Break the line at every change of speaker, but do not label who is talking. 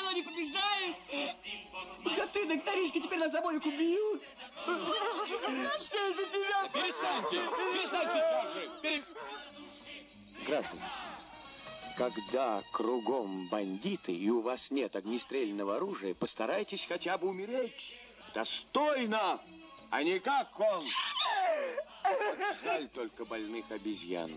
оно не побеждает.
Затылок, Таришка, теперь нас обоих убьют. Все из-за тебя.
Перестаньте! Перестаньте сейчас же! Пере-
Граждане, когда кругом бандиты и у вас нет огнестрельного оружия, постарайтесь хотя бы умереть достойно, а не как он. Вот Жаль только больных обезьян.